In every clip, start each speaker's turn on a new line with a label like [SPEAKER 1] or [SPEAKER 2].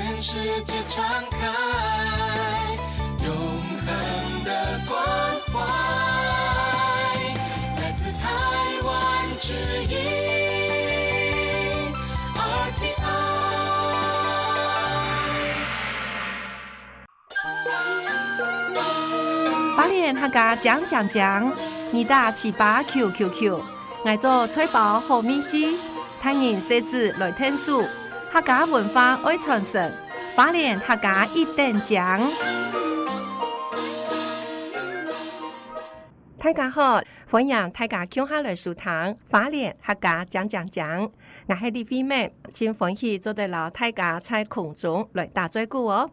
[SPEAKER 1] 界传开，永恒的关怀，来自台湾之音 RTI。
[SPEAKER 2] 花莲客家讲讲讲，你大七八 QQQ，爱做吹包好米西，听人写字来听书，客家文化爱传承，花莲客家一等奖。大家好，欢迎大家听下来书堂花莲客家讲讲讲，我系李飞妹，真欢喜做得了大家在空中来打嘴鼓哦。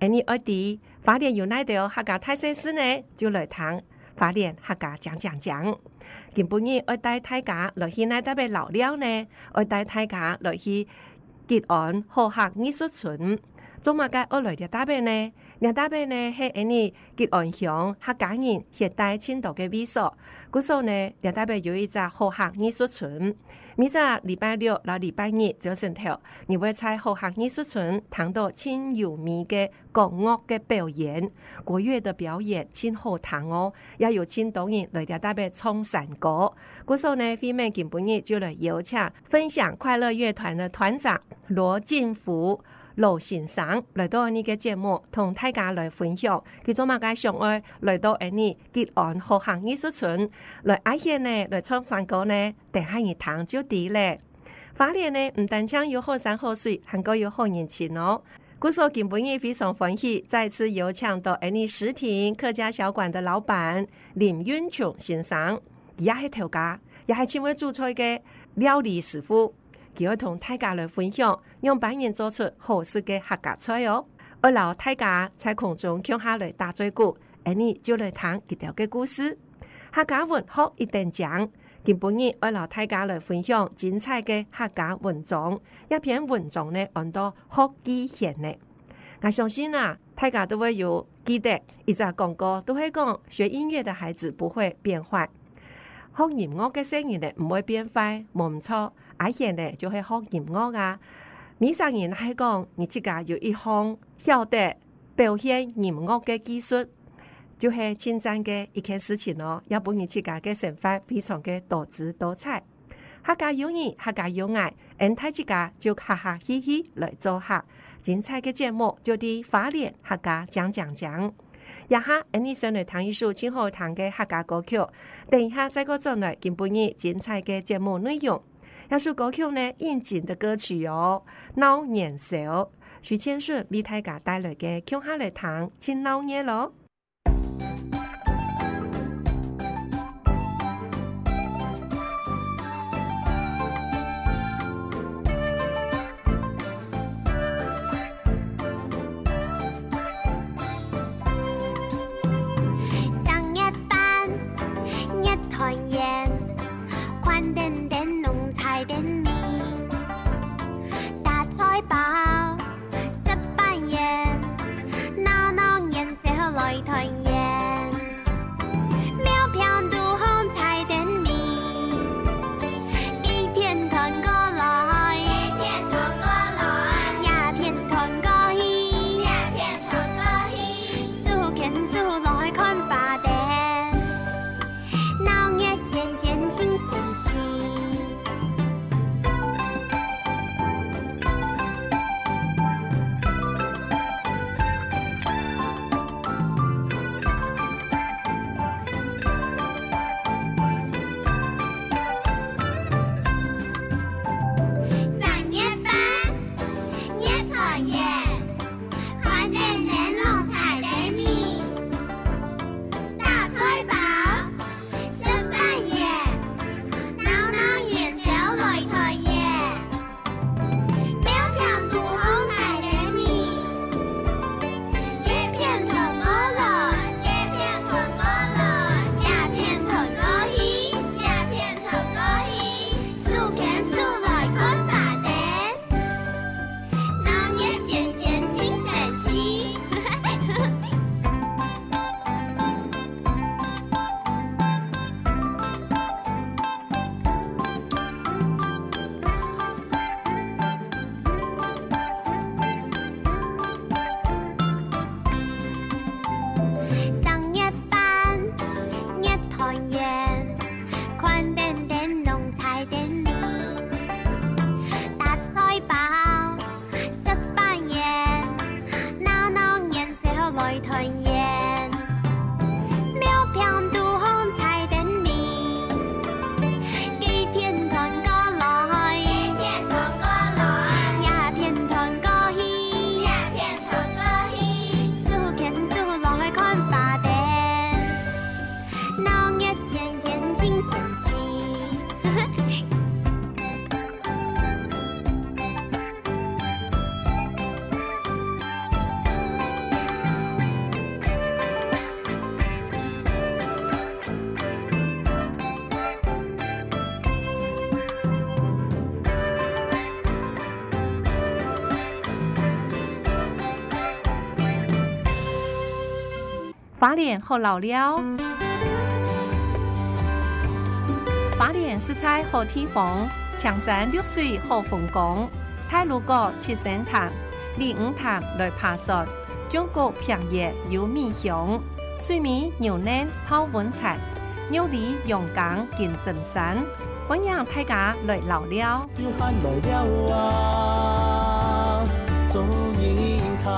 [SPEAKER 2] 安尼二弟法典有奈条客家泰西斯呢，就来谈法典客家讲讲讲。今半夜我带大家落去奈搭边老了呢，我带大家落去吉安好客艺术村。做嘛个我来条搭边呢？两搭边呢系安尼吉安乡客家人携带青岛嘅美术，故所呢两搭边有一只好客艺术村。明仔礼拜六到礼拜日早晨头，你会在后巷艺术村谈到亲有名嘅国乐嘅表演，国乐的表演亲好谈哦，也有亲导演来嗲搭配冲散歌。故首呢，飞妹今本日就来邀请分享快乐乐团的团长罗进福。罗先生来到呢个节目，同大家来分享佢做乜嘅上愛来到呢吉安好行艺术村，来阿贤呢来唱山歌呢，第下日堂就啲咧。花莲呢唔但将有好山好水，还够有好人情哦。故所今本也非常欢喜，再次有请到安尼石亭客家小馆的老板林云琼先生，伊也系头家，也系千位做菜嘅料理师傅。佢要同大家来分享，用本人做出好食嘅客家菜哦。我老大家在空中向下来打嘴鼓，而你 E 就来谈一条嘅故事。客家文学一定讲，今本日我老大家来分享精彩嘅客家文章，一篇文章呢按到学记贤呢。我相信啊，大家都会有记得，一直广告都会讲，学音乐的孩子不会变坏。學音樂嘅聲音咧唔會變快，冇唔錯。阿賢咧就係學音樂啊。美上人係講，你自家有一項曉得表現音樂嘅技術，就係稱讚嘅一件事情咯。要不你自家嘅成法非常嘅多姿多彩。客家有人，客家有愛，人睇自家就哈哈嘻嘻來做客。精彩嘅節目就啲花蓮客家講講講。也下，安尼上来弹一首真好弹嘅客家歌曲。等一下再过转来，今半日精彩嘅节目内容。那首歌曲呢，应景的歌曲哦，《老年少》，徐千顺为大家带来嘅《向下来弹》，请老年咯。
[SPEAKER 3] 爭一班一台人，寬丁丁弄柴丁面，大菜包失班人，鬧鬧人社來
[SPEAKER 2] 法脸好老了，法脸色彩好天风，长山绿水好风光。太鲁阁七星潭、李五潭来爬山，中国平野有米香，水米牛奶泡温泉，牛里榕江见真山。欢迎大家来老了。
[SPEAKER 4] 要返來了啊，早已卡。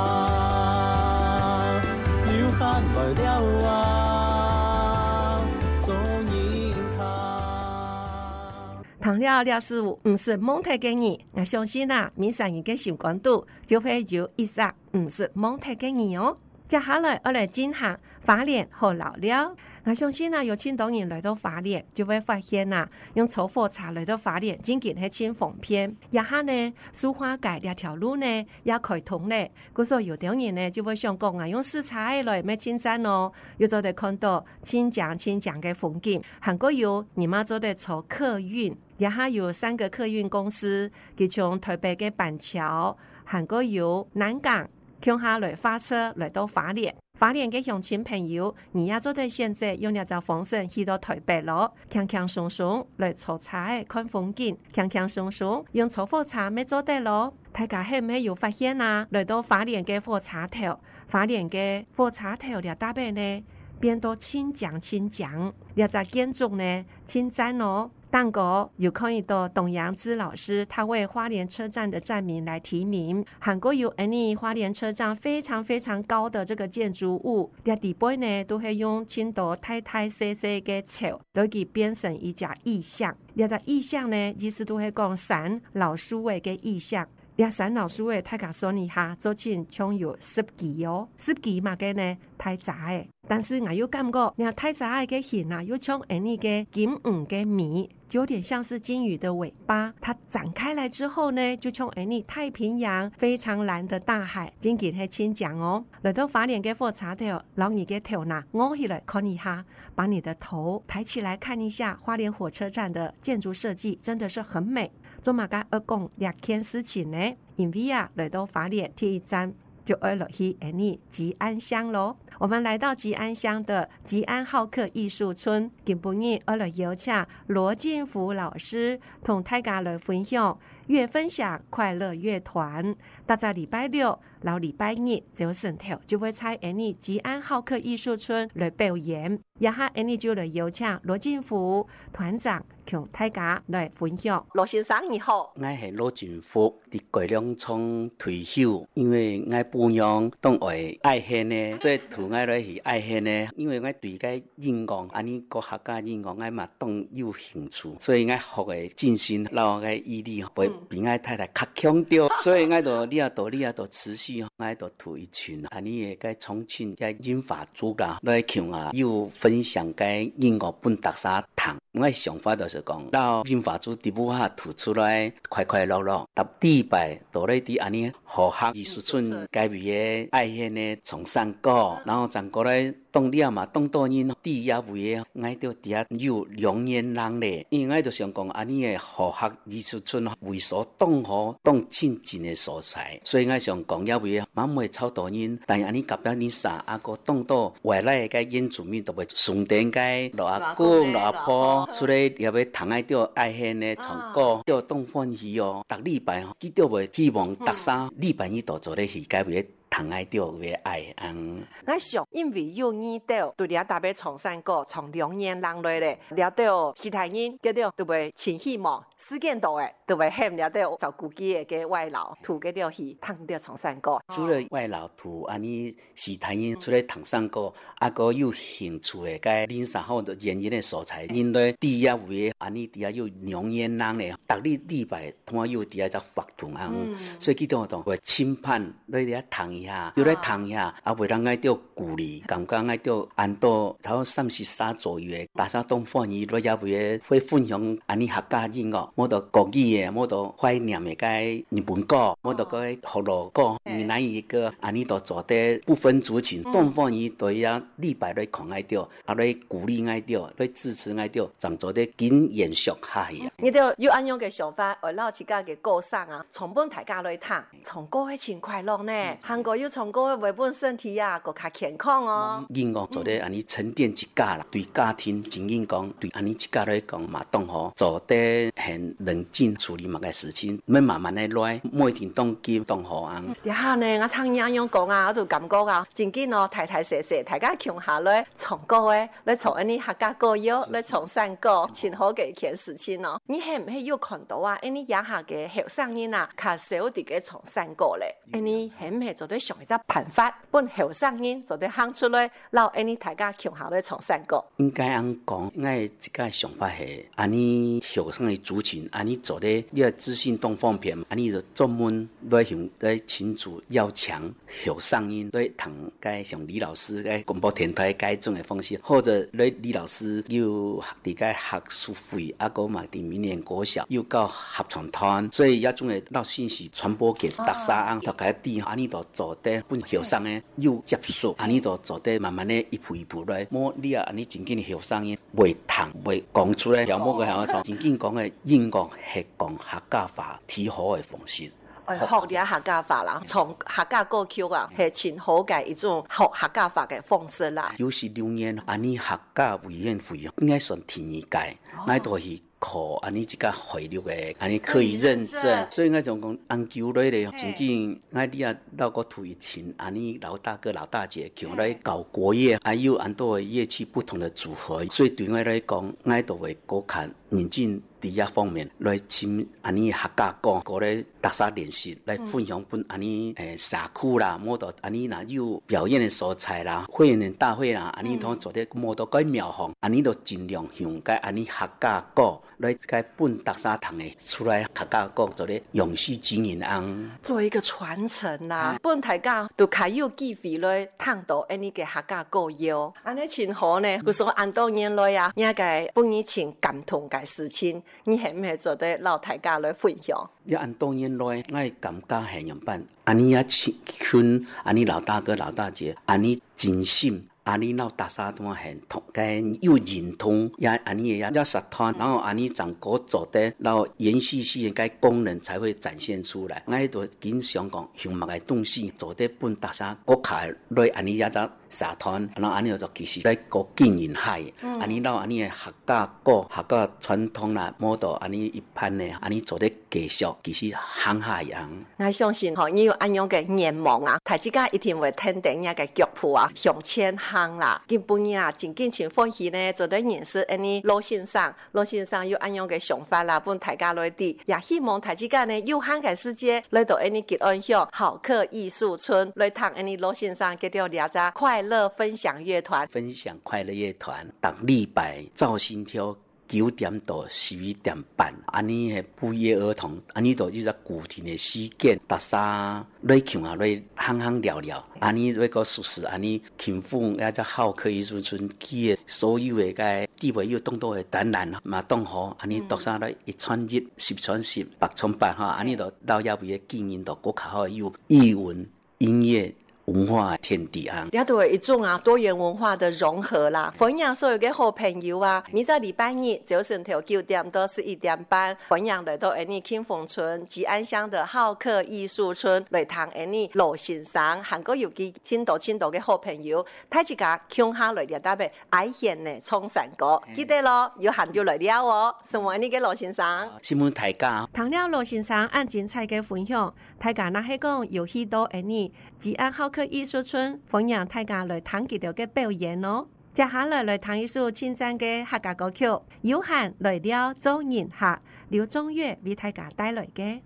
[SPEAKER 4] 要返來了啊，早已卡。
[SPEAKER 2] 唐了了是唔是蒙太嘅你，我相信啊，闽南人嘅习惯度就会有一杀唔是蒙太嘅你哦。接下来我来进行法莲和老了。我相信啊，有青岛人来到法莲，就会发现啊，用炒火茶来到法莲，仅仅係清风片。然后呢，苏花街两条路呢，也开通咧。嗰所有啲人呢，就会想讲啊，用食材来咩青山咯，要做得看到清江清江嘅风景。韩国有你妈做得坐客运，然后有三个客运公司，佢从台北嘅板桥，韩国有南港。向下来发车来到花莲，花莲嘅乡亲朋友，你也做到现在用一只方式去到台北咯，轻轻松松来坐茶看风景，轻轻松松用坐火车咪做得咯。大家系咪有发现啊？来到花莲嘅火车头，花莲嘅火车头了搭配呢，变到清江清江，一只建筑呢清赞哦。蛋糕有可以到董阳之老师，他为花莲车站的站名来提名。韩国有 any 花莲车站非常非常高的这个建筑物，它底部呢都会用青岛太太细细嘅草，来去变成一只意象。一只意象呢，意思都会讲山老树诶嘅意象。也山老师诶，他甲说你哈，最近像有十几哦，十几嘛嘅呢太杂诶。但是我又感觉，你太杂诶嘅形啊，又像安尼嘅金黄嘅米，就有点像是金鱼的尾巴。它展开来之后呢，就像安尼太平洋非常蓝的大海，真紧系亲讲哦。来到法脸嘅火茶头，老你嘅头呐，我起来看一下，把你的头抬起来看一下，花莲火车站的建筑设计真的是很美。做嘛甲二讲两件事情呢，因为啊来到法莲第一站就二落去安尼吉安乡咯。我们来到吉安乡的吉安好客艺术村，今不日二来邀请罗建福老师同大家来分享乐分享快乐乐团。大家礼拜六、老礼拜日只有神头就会在安尼吉安好客艺术村来表演，然后安尼就来邀请罗建福团长同大家来分享。罗先生你好。
[SPEAKER 5] 我係老政府伫改良厂退休，因為我本娘當愛愛恨呢，所以土我來是愛恨呢。因為我對個音樂，安尼國學家音樂，我嘛當有興趣，所以我學嘅精神，然後我嘅毅力，比比我太太較強掉，所以我就你啊道你啊就持續，我就退一群，安尼嘅重慶嘅英法族啦，來強啊，又分享嘅音樂本特色堂。我想法就是讲，到民法主底部下吐出来，快快乐乐，踏地拜，到咧啲安尼河客艺术村街边嘅爱献呢，从山歌，然后咱过来当了嘛，当多人地也袂个，我到底下有良缘人咧，因为我就想讲安尼嘅河客艺术村为所当好当亲近嘅所在，所以我想讲也袂个，慢慢操多人，但是安尼夹了你啥，啊个当到外来嘅原住民都会顺便嘅落阿公落阿婆。出来也要同爱着爱恨的唱歌，着当欢喜哦。逐礼拜哦，记着袂希望逐三礼拜伊都做咧戏街袂同爱着袂爱嗯。
[SPEAKER 2] 我想，因为有你到，对了，特别从山过，从两年人来嘞，了到其他人，叫到对袂情绪嘛，事件到诶，对袂喊了到照顾己诶嘅外劳，土个了去，烫掉从山过。
[SPEAKER 5] 除了外老土安尼是谈因出来唐山歌，啊个有兴趣的该恁啥好的演员的素材，因为第一位安尼啊底下有良缘人嘞，逐日礼拜同我有底下只发啊同行，所以记得我同会审判在底下谈一下，又来谈一下，啊袂人爱着鼓励，感觉爱着按到差不多三十三左右的，大家当欢喜，落也会会分享安尼客家音乐，我到国语的，我到怀念的该日本歌，我到个学罗歌。闽南语歌，安尼都做得不分族群，东方语对呀，李白来看爱着，啊来鼓励爱着，来支持爱着，怎做得紧延续下去啊？
[SPEAKER 2] 你都有安样嘅想法，而老自家嘅歌声啊，从本大家来唱，从歌迄情快乐呢，韩
[SPEAKER 6] 国又从国维本身体啊，国较健康哦。
[SPEAKER 5] 硬讲做咧安尼沉淀一家啦，对家庭真硬讲，对安尼一家来讲嘛，当好做得很冷静处理某个事情，要慢慢来来，每天当机当好安。
[SPEAKER 6] 然后呢，我听人样讲啊，我就感觉啊，真紧哦，太太谢谢，大家穷下来，从国诶，来从安尼客家歌
[SPEAKER 2] 嗯
[SPEAKER 6] 谣，来从山歌，前好嘅一件事情哦。你系唔系有看到啊？安尼也下嘅后生人啊，较少啲嘅从山歌咧。
[SPEAKER 2] 嗯
[SPEAKER 6] 安尼系唔系做得上一只办法，本后生人做得行出来，让安尼大家穷下来从山歌。
[SPEAKER 5] 应该安讲，我一个想法系，安尼后生的族群，安尼做咧，你要自信当方便，安尼就专门来向来群主要强后生因来同该像李老师该广播电台该种的方式，或者来李老师又伫该学术会，啊个嘛伫明年国小又到合唱团，所以一种的闹信息传播给大家安大家知，安尼就做得本后生的又接受，安尼就做得慢慢的一步一步来，摸你啊安尼真紧后生的袂谈袂讲出来，有冇个系我从真紧讲的英国系讲客家话挺好的方式。
[SPEAKER 6] 哎，学了客家话啦，从客家歌曲啊，系前好嘅一种学客家话嘅方式啦。
[SPEAKER 5] 有时六年安尼客家委员会应该算第二届，那都是考安尼一个回流的，安尼可以认证
[SPEAKER 6] 可以认证，
[SPEAKER 5] 所以我想讲按球类的，真紧我你啊到个土琴，安尼老大哥老大姐叫来搞国乐，还有很多的乐器不同的组合，所以对我来讲，我都会高看认真。第一方面来请安尼客家歌，过来特色练习，来分享本安尼诶社区啦，摸到安尼若有表演的所在啦，会员大会啦，安尼通做啲摸到该庙方，安尼都尽量向该安尼客家歌来该本特色堂的出来客家歌做啲永续经营安。
[SPEAKER 6] 做一个传承啦、本大家都开有机会来探讨安尼嘅客家歌谣，安尼真好呢。就说按多年来啊，人家不年前感同嘅事情，你系唔系做得老大家来分享？
[SPEAKER 5] 一按当然来，我感觉很样板，安尼啊请请安尼老大哥老大姐，安尼真心。安尼老大沙段很同，该又认同，也安尼也要实团，然后安尼整个做的，然后延续性该功能才会展现出来。我都经常讲，向物个东西做得本大沙国卡来安尼也只社团，然后安尼就其实在国经营下的，安尼老安尼的客家歌、客家传统啦，摸到安尼一般呢，安尼做得继续，其实行下样。
[SPEAKER 6] 我相信吼，你有安样嘅愿望啊，大家一定会听到人家嘅脚步啊，向前行啦。根本你啊，真紧情欢喜呢，做得认识安尼罗先生，罗先生有安样嘅想法啦，本大家来滴，也希望大家呢有限嘅世界来到安尼吉安乡好客艺术村来谈安尼罗先生给到两只快乐分享乐团。
[SPEAKER 5] 分享快乐乐团，逐礼拜赵心跳九点到十一点半，安尼系不约而同，安尼就有一个固定的时间，搭沙来唱啊，来行行聊聊，安尼那个舒适，安尼庆丰也只好客艺术村区的所有的个地位有当到的展览嘛，当好，安尼搭沙来一串一，十串十，百串百哈，安尼就到也未经营到国较好有艺文音乐文化的天地啊。
[SPEAKER 6] 也对一种啊多元文化的融合啦。欢迎所有嘅好朋友啊，明仔礼拜日早上头九点到十一点半，欢迎来到安尼庆丰村吉安乡的好客艺术村来谈安尼罗先生，韩国有几青岛青岛嘅好朋友，睇一家乡下来嘅搭配爱贤呢冲绳歌，记得咯，有喊就来了哦，送我安尼嘅罗先生。
[SPEAKER 5] 新闻台家。
[SPEAKER 6] 唐了罗先生按精彩嘅分享，大家那系讲有许多安尼，吉安好客艺术村欢迎大家来谈几条嘅表演哦。接下来来谈一首清赞嘅客家歌曲，有闲来了周年客，刘宗岳为大家带来嘅。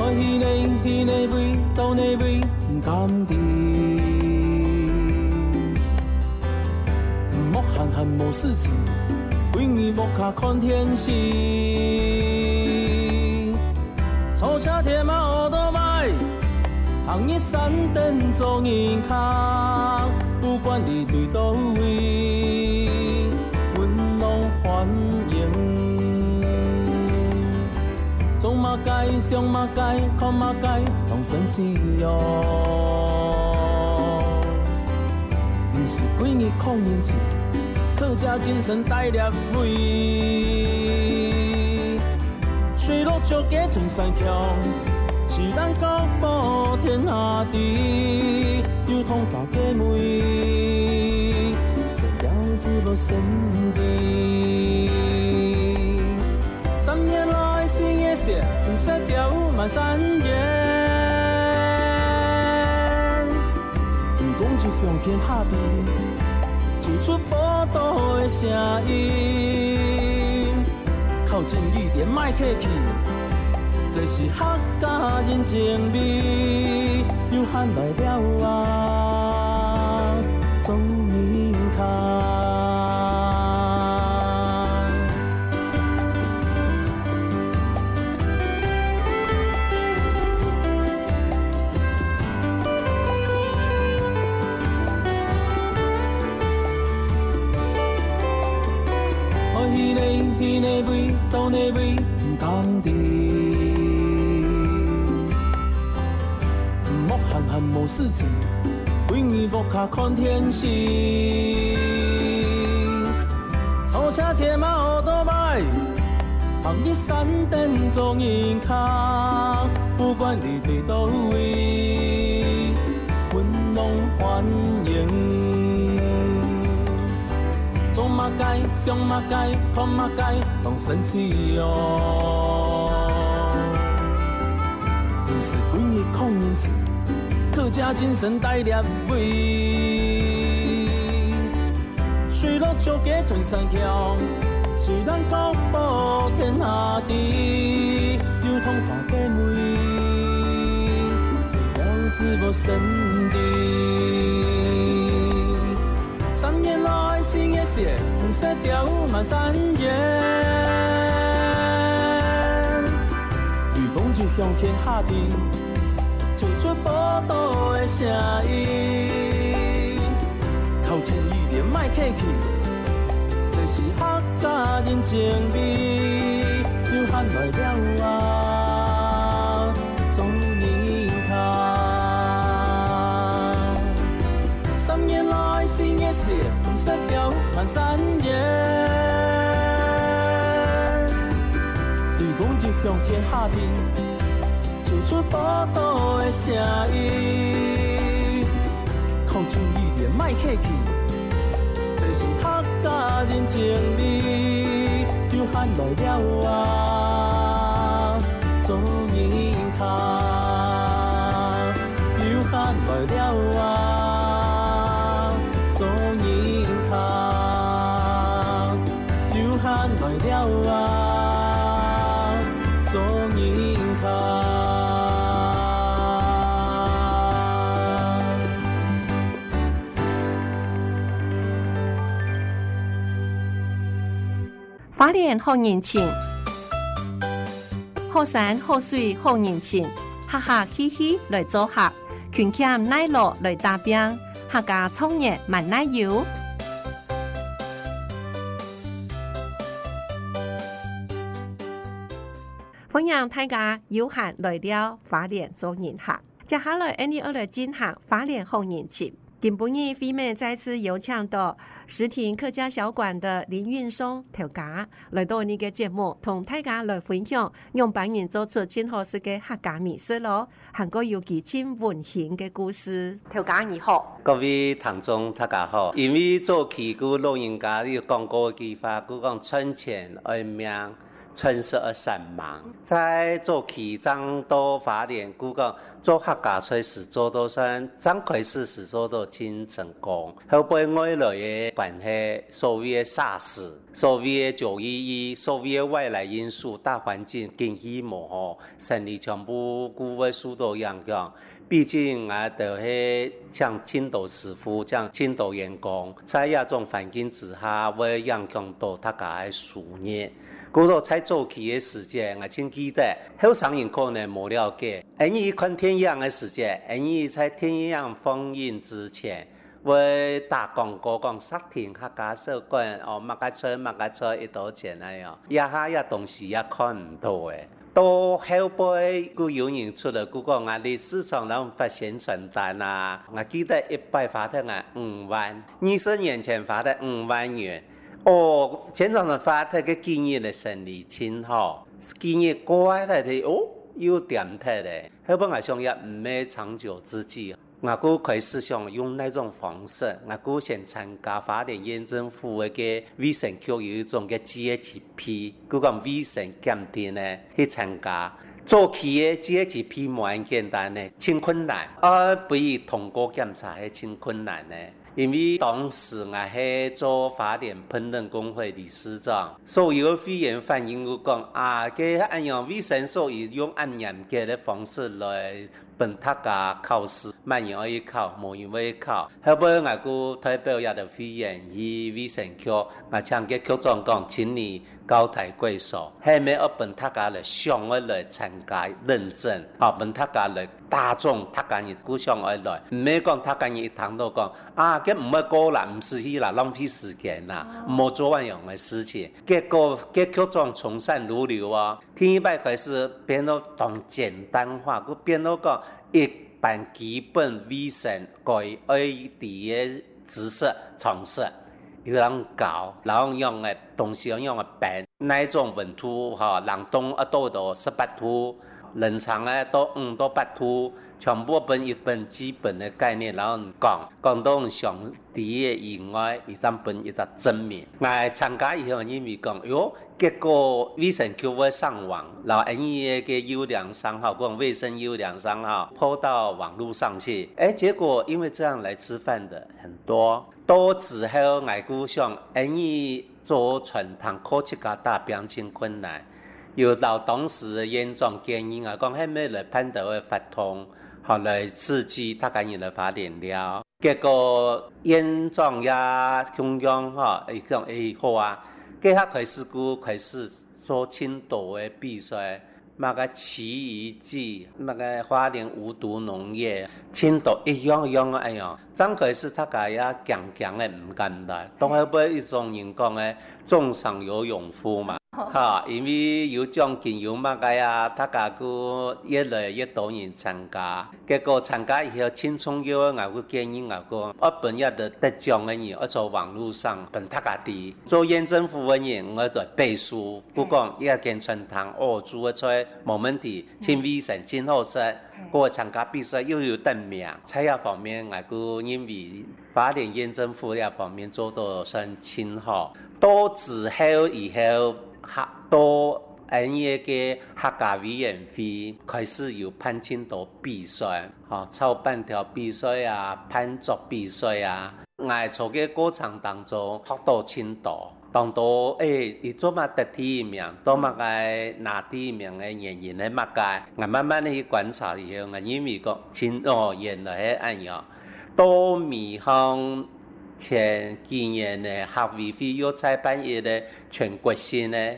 [SPEAKER 4] Ôi hi này, hi này vui, tao này vui, cảm đi. Mốc hàn hàn mô sự tình, quý nghi mốc khả con thiên sĩ. Chỗ cha thiên mà ô tô vai, hàng nhất sẵn tên cho nghìn khác, u quan đi tùy tâu vi, quân long hoan yên. 中马街、上马街、看马街，同神自由。
[SPEAKER 7] 是几年抗日子，客家精神带入位。水陆石家从山强，是咱国宝天下知，有通大家妹，成了只无神地。三年来是夜色，红色调满山野。人讲就向天下边，一出报道的声音，靠近你点莫客气，这是客家人情味，有汉来了啊，总明看。哦，迄个迄个味，倒那味，唔甘甜。莫憨憨无事情，规年莫卡看天时。坐车铁马学倒摆，行一山顶做人卡，不管你伫倒位，阮拢欢迎。做马街、上马街、看马街，拢神奇哦。不是几日空人情，客家精神带入位。水陆桥街屯山桥，是咱国宝天下地，有通大家妹，谁了知无神地。三年来新一些，红色调满山野。雨公主向天下边，唱出报道的声音。靠近一点，莫客气，这是客家人情味。流汗来了啊，总离开。三年来是一时唔失掉萬山野。如公就向天下地，唱出报道的聲音。靠近一點，莫客氣，這是客家人情味，叫喊來了啊，做人卡，叫喊來了啊，做人卡，叫喊來了啊，做人卡。
[SPEAKER 2] 花莲好人情，好山好水好人情，哈哈嘻嘻来做客，群强奶酪来打拼，客家创业万奶油。欢迎大家有闲来了花莲做人客，接下来 a n 二来进行花莲好人情。顶半夜飞妹再次有请到石亭客家小馆的林运松头家来到你嘅节目，同大家来分享用本人做出真好食嘅客家美食咯，韩国有几真温馨嘅故事。头家你好，
[SPEAKER 8] 各位听众大家好，因为早期古老人家有讲过一句话，古讲存钱爱命，存是二三忙。在早期漳州法典，古讲做客家菜是做到算，漳开始是做到真成功。后背外来的关系，所谓的沙士，所谓的九一一，所谓的外来因素、大环境、经济磨合，生理全部古会受到影响。毕竟啊，就是像青岛师傅、像青岛员工，在亚种环境之下，会影响到大家的事业。故说在早期的时间，我真记得，后生人可能没了解。而你看天一样的时间，而你在天一样放映之前。会打广告讲杀停客家小馆哦，乜个菜乜个菜一多钱那样，一下一东西也看唔到诶。到後輩，佢有人出嚟，佢講啊，你市場上發宣傳單啊，我記得一百發得啊五萬，二十年前發得五萬元。哦，前場上發得嘅經驗嘅生意真好，經驗過嚟睇，哦，有點睇咧。後尾我想也唔係長久之計，我嗰開始想用那種方式，我嗰先參加花蓮縣政府嘅衛生局有一種嘅 GHP，佢講衛生檢定咧去參加。做企業 GHP 冇咁簡單咧，真困難，啊，比通過檢查係真困難咧。因為當時我係啊做花蓮烹飪工會理事長，所有會員反映我講啊，佢按樣衛生所以用按嚴格嘅方式來分大家考試，乜人可以考，冇人可以考。後尾我個代表一個會員去衛生局，我請嘅局長講，請你交代歸屬，係咪要分大家來上我來參加認證，啊，分大家來大眾大家人互相愛來，唔係講大家人一談到講啊。佢唔係過啦，唔是去啦，浪費時間啦，冇做完樣嘅事情。結果結局仲從善如流啊！第一擺開始變到當簡單化，佢變到個一般基本衛生該愛啲嘅知識常識，有人教，然後樣嘅東西樣嘅病，那種文圖嚇，人東一多到十八圖。人常啊，到五到八圖，全部本一本基本的概念，然後講講到上帝的以外，一張本一張證明。我參加以後，因為講，喲，結果衛生局會上網，然後 N E A 嘅優良商號，講衛生優良商號，拋到網絡上去。哎，結果因為這樣來吃飯的很多，多之後我估想，N E 做傳統科技嘅大變真困難。要到當時的院長建議我講，係咪來判斷嘅法通，後來刺激他家人來發展了。結果院長呀、中央哈，誒講誒好啊，佢下開始故開始做青島嘅比賽，那個奇魚記，那個花蓮無毒農業，青島一樣一樣嘅哎樣。剛開始他家也強強嘅唔簡單，到後尾一種人講嘅種上有勇夫嘛。哈，因為有獎金有乜嘅呀，大家個越來越多人參加，結果參加以後，輕鬆要我個建議我個，我本日的得獎嘅人，我在網絡上本大家啲，做縣政府嘅人，我在背書，不講一間傳統澳洲嘅菜冇問題，真衛生真好食，過參加比賽又有得名，在一方面我個認為花蓮縣政府呢方面做到算真好，到之後以後。客多，俺嘢嘅客家委員會開始有辦青島比賽，嚇、啊，操半條比賽啊，辦作比賽啊，挨做嘅過程當中學到青島，當到誒，你、欸、做乜得第一名，做乜嘅拿第一名嘅演員係乜嘅，我慢慢去觀察以後，我因為講青哦，原來係安樣，多面向。前幾年呢，學委會又再辦一個全國性呢，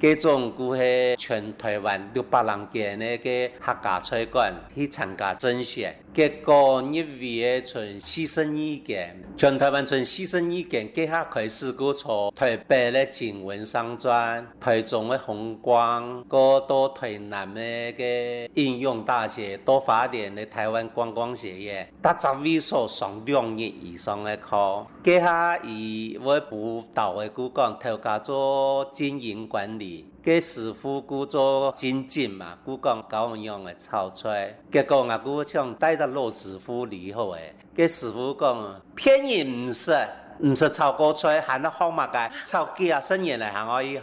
[SPEAKER 8] 嗰種佢係全台灣六百人間呢嘅客家菜館去參加甄選，結果入圍嘅從四十二間，全台灣從四十二間，結合開始個從台北咧景文商專，台中嘅弘光，個到台南嘅嘅應用大學，到花蓮嘅台灣觀光學院，搭十位所上兩日以上嘅課，結合以我輔導嘅顧講頭家做經營管。管理，嘅師傅故做精進嘛，故講教樣嘅炒菜，結果我故想帶到老師傅嚟好嘅，嘅師傅講便宜唔食，唔食炒過菜，行得好嘛嘅，炒幾啊新嘢嚟行可以學。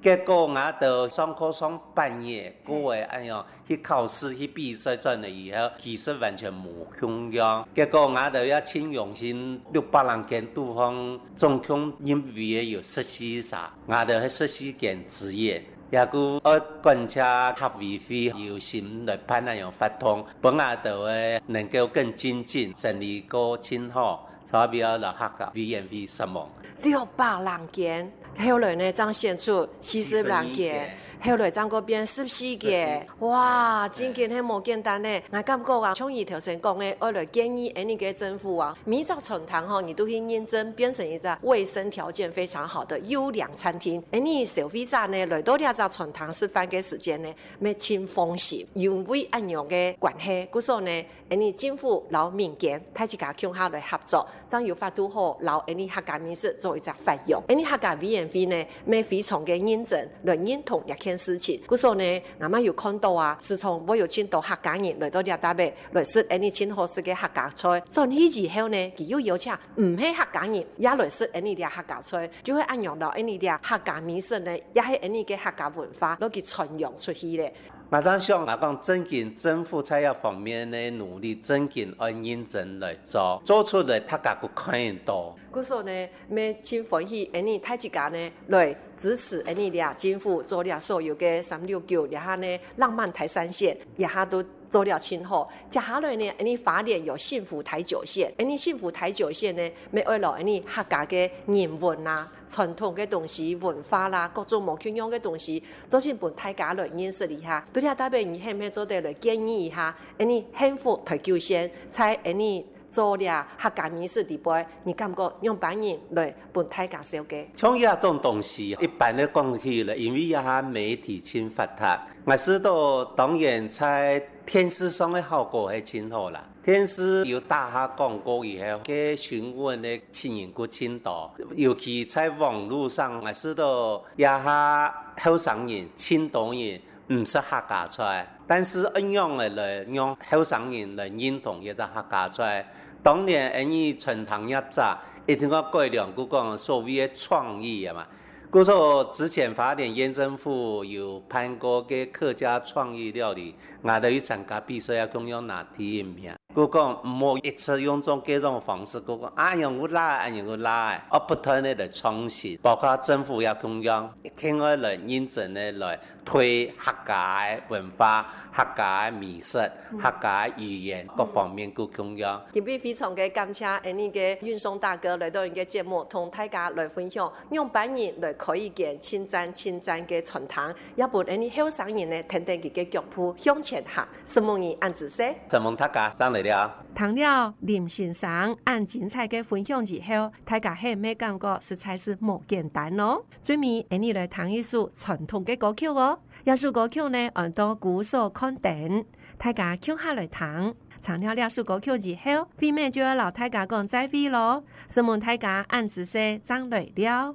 [SPEAKER 8] 結果我到上課上半夜，過嚟哎呀去考試去比賽轉嚟以後，其實完全冇空樣。結果我到要請用心六百人間都方總共因為有十四啥，我到喺十四間職業。也故我觀察合委會有心來辦那樣法通，本下到誒能夠更精進，成立個更好，所以要落客嘅委員會失望。
[SPEAKER 2] 六百人間。
[SPEAKER 6] 后来呢，彰显出四十六件，后来张个变十四件，哇，真件系冇简单呢。我感觉啊，像伊头先讲的，我来建议安尼个政府啊，每早餐堂吼，你都去认真变成一只卫生条件非常好的优良餐厅。哎安尼消费者呢，来到了只餐堂吃饭嘅时间呢，要清风险，因为按样嘅关系，故所呢，安尼政府老民间，他一家强下来合作，将有法度好，老安尼客家民俗做一只发扬。安尼客家 V N V 呢，要非常嘅认真来认同一件事情，故所呢，我们有看到啊，时从我有见到客家人来到了搭尾，来食安尼清好食嘅客家菜，转起之后呢，佢又邀请啊唔系客家人也来食安尼啲客家菜，就会按样到安尼啲客家民俗呢，也系安尼嘅客家文化，攞佢传扬出去咧。
[SPEAKER 8] 马上想我讲，真经政府在要方面的努力，真经按认真来做，做出来大家都看得到。
[SPEAKER 6] 故说呢，咩真欢喜，安尼太一家呢来支持安尼俩政府做了所有嘅三六九，然后呢浪漫台三线，然后都做了清后，接下来呢，安尼法律有幸福台九线，安尼幸福台九线呢，要为了安尼客家嘅人文啦、传统嘅东西、文化啦、各种无共样嘅东西，都是本大家来认识一下，对了，代表你下面做得来建议一下，安尼幸福台九线才安尼。做了客家民俗地杯，你感觉用本人来本大家小嘅。
[SPEAKER 8] 像一种东西，一般的讲起了，因为一下媒体真发达，我知道当然在电视上的效果还真好啦。电视有打下广告以后，给询问的亲人个青岛，尤其在网络上，我知道一下后生人、青岛人唔识客家菜，但是一样的来让后生人来认同一个客家菜。当年安尼传统一杂，一定要改良，佮讲所谓的创意啊嘛。故说之前法典严政府有判过个客家创意料理，我哋去参加比赛要讲要拿第一名。故讲唔好一次用种各种方式，故讲啊样我拉，啊样我拉，我不断的来创新，包括政府要中央一定要来认真的来推客家的文化、客家的美食、客家的语言各方面故中央。
[SPEAKER 6] 特别非常嘅感谢安尼嘅运送大哥来到你嘅节目，同大家来分享，用本人来可以见侵占侵占嘅传统，也本安尼后生人呢，天天佢嘅脚步向前行，什么人按自说。
[SPEAKER 8] 承蒙大家上来了。
[SPEAKER 2] 谈了林先生按精彩嘅分享以后，大家系咩感觉？实在是冇简单哦。最尾，我哋来谈一首传统嘅歌曲哦。一首歌曲呢，按到古所看定，大家听下来谈。唱了两首歌曲以后，对面就要老大家讲再会咯。希望大家按子些张累了。